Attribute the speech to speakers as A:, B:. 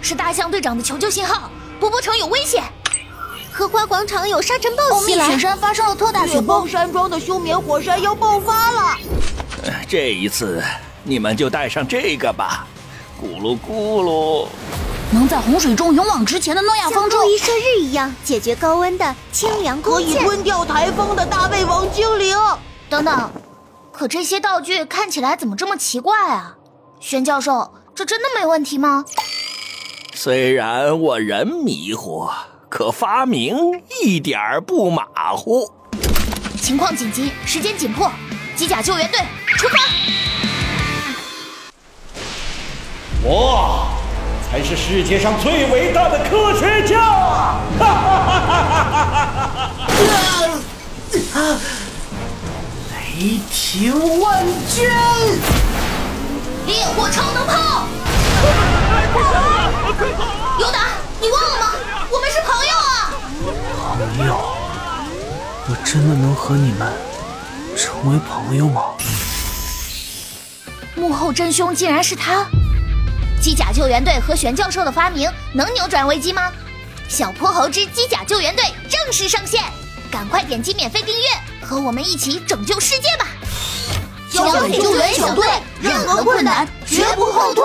A: 是大象队长的求救信号，波波城有危险。
B: 荷花广场有沙尘暴
C: 欧
B: 袭
C: 米
B: 来，
C: 雪山发生了特大雪
B: 雪
C: 崩
B: 崩，山庄的休眠火山要爆发了。
D: 这一次你们就带上这个吧，咕噜咕噜。
C: 能在洪水中勇往直前的诺亚方
B: 像
C: 舟
B: 路，易射日一样解决高温的清凉弓箭，可以吞掉台风的大胃王精灵。
A: 等等，可这些道具看起来怎么这么奇怪啊？玄教授，这真的没问题吗？
D: 虽然我人迷糊，可发明一点儿不马虎。
A: 情况紧急，时间紧迫，机甲救援队出发！
E: 我才是世界上最伟大的科学家！哈哈哈哈哈哈！雷霆万钧，
A: 烈火超能炮！尤达，你忘了吗？我们是朋友啊！
F: 我真的能和你们成为朋友吗？
A: 幕后真凶竟然是他！机甲救援队和玄教授的发明能扭转危机吗？小泼猴之机甲救援队正式上线，赶快点击免费订阅，和我们一起拯救世界吧！
B: 交给救援小队任何困难绝不后退。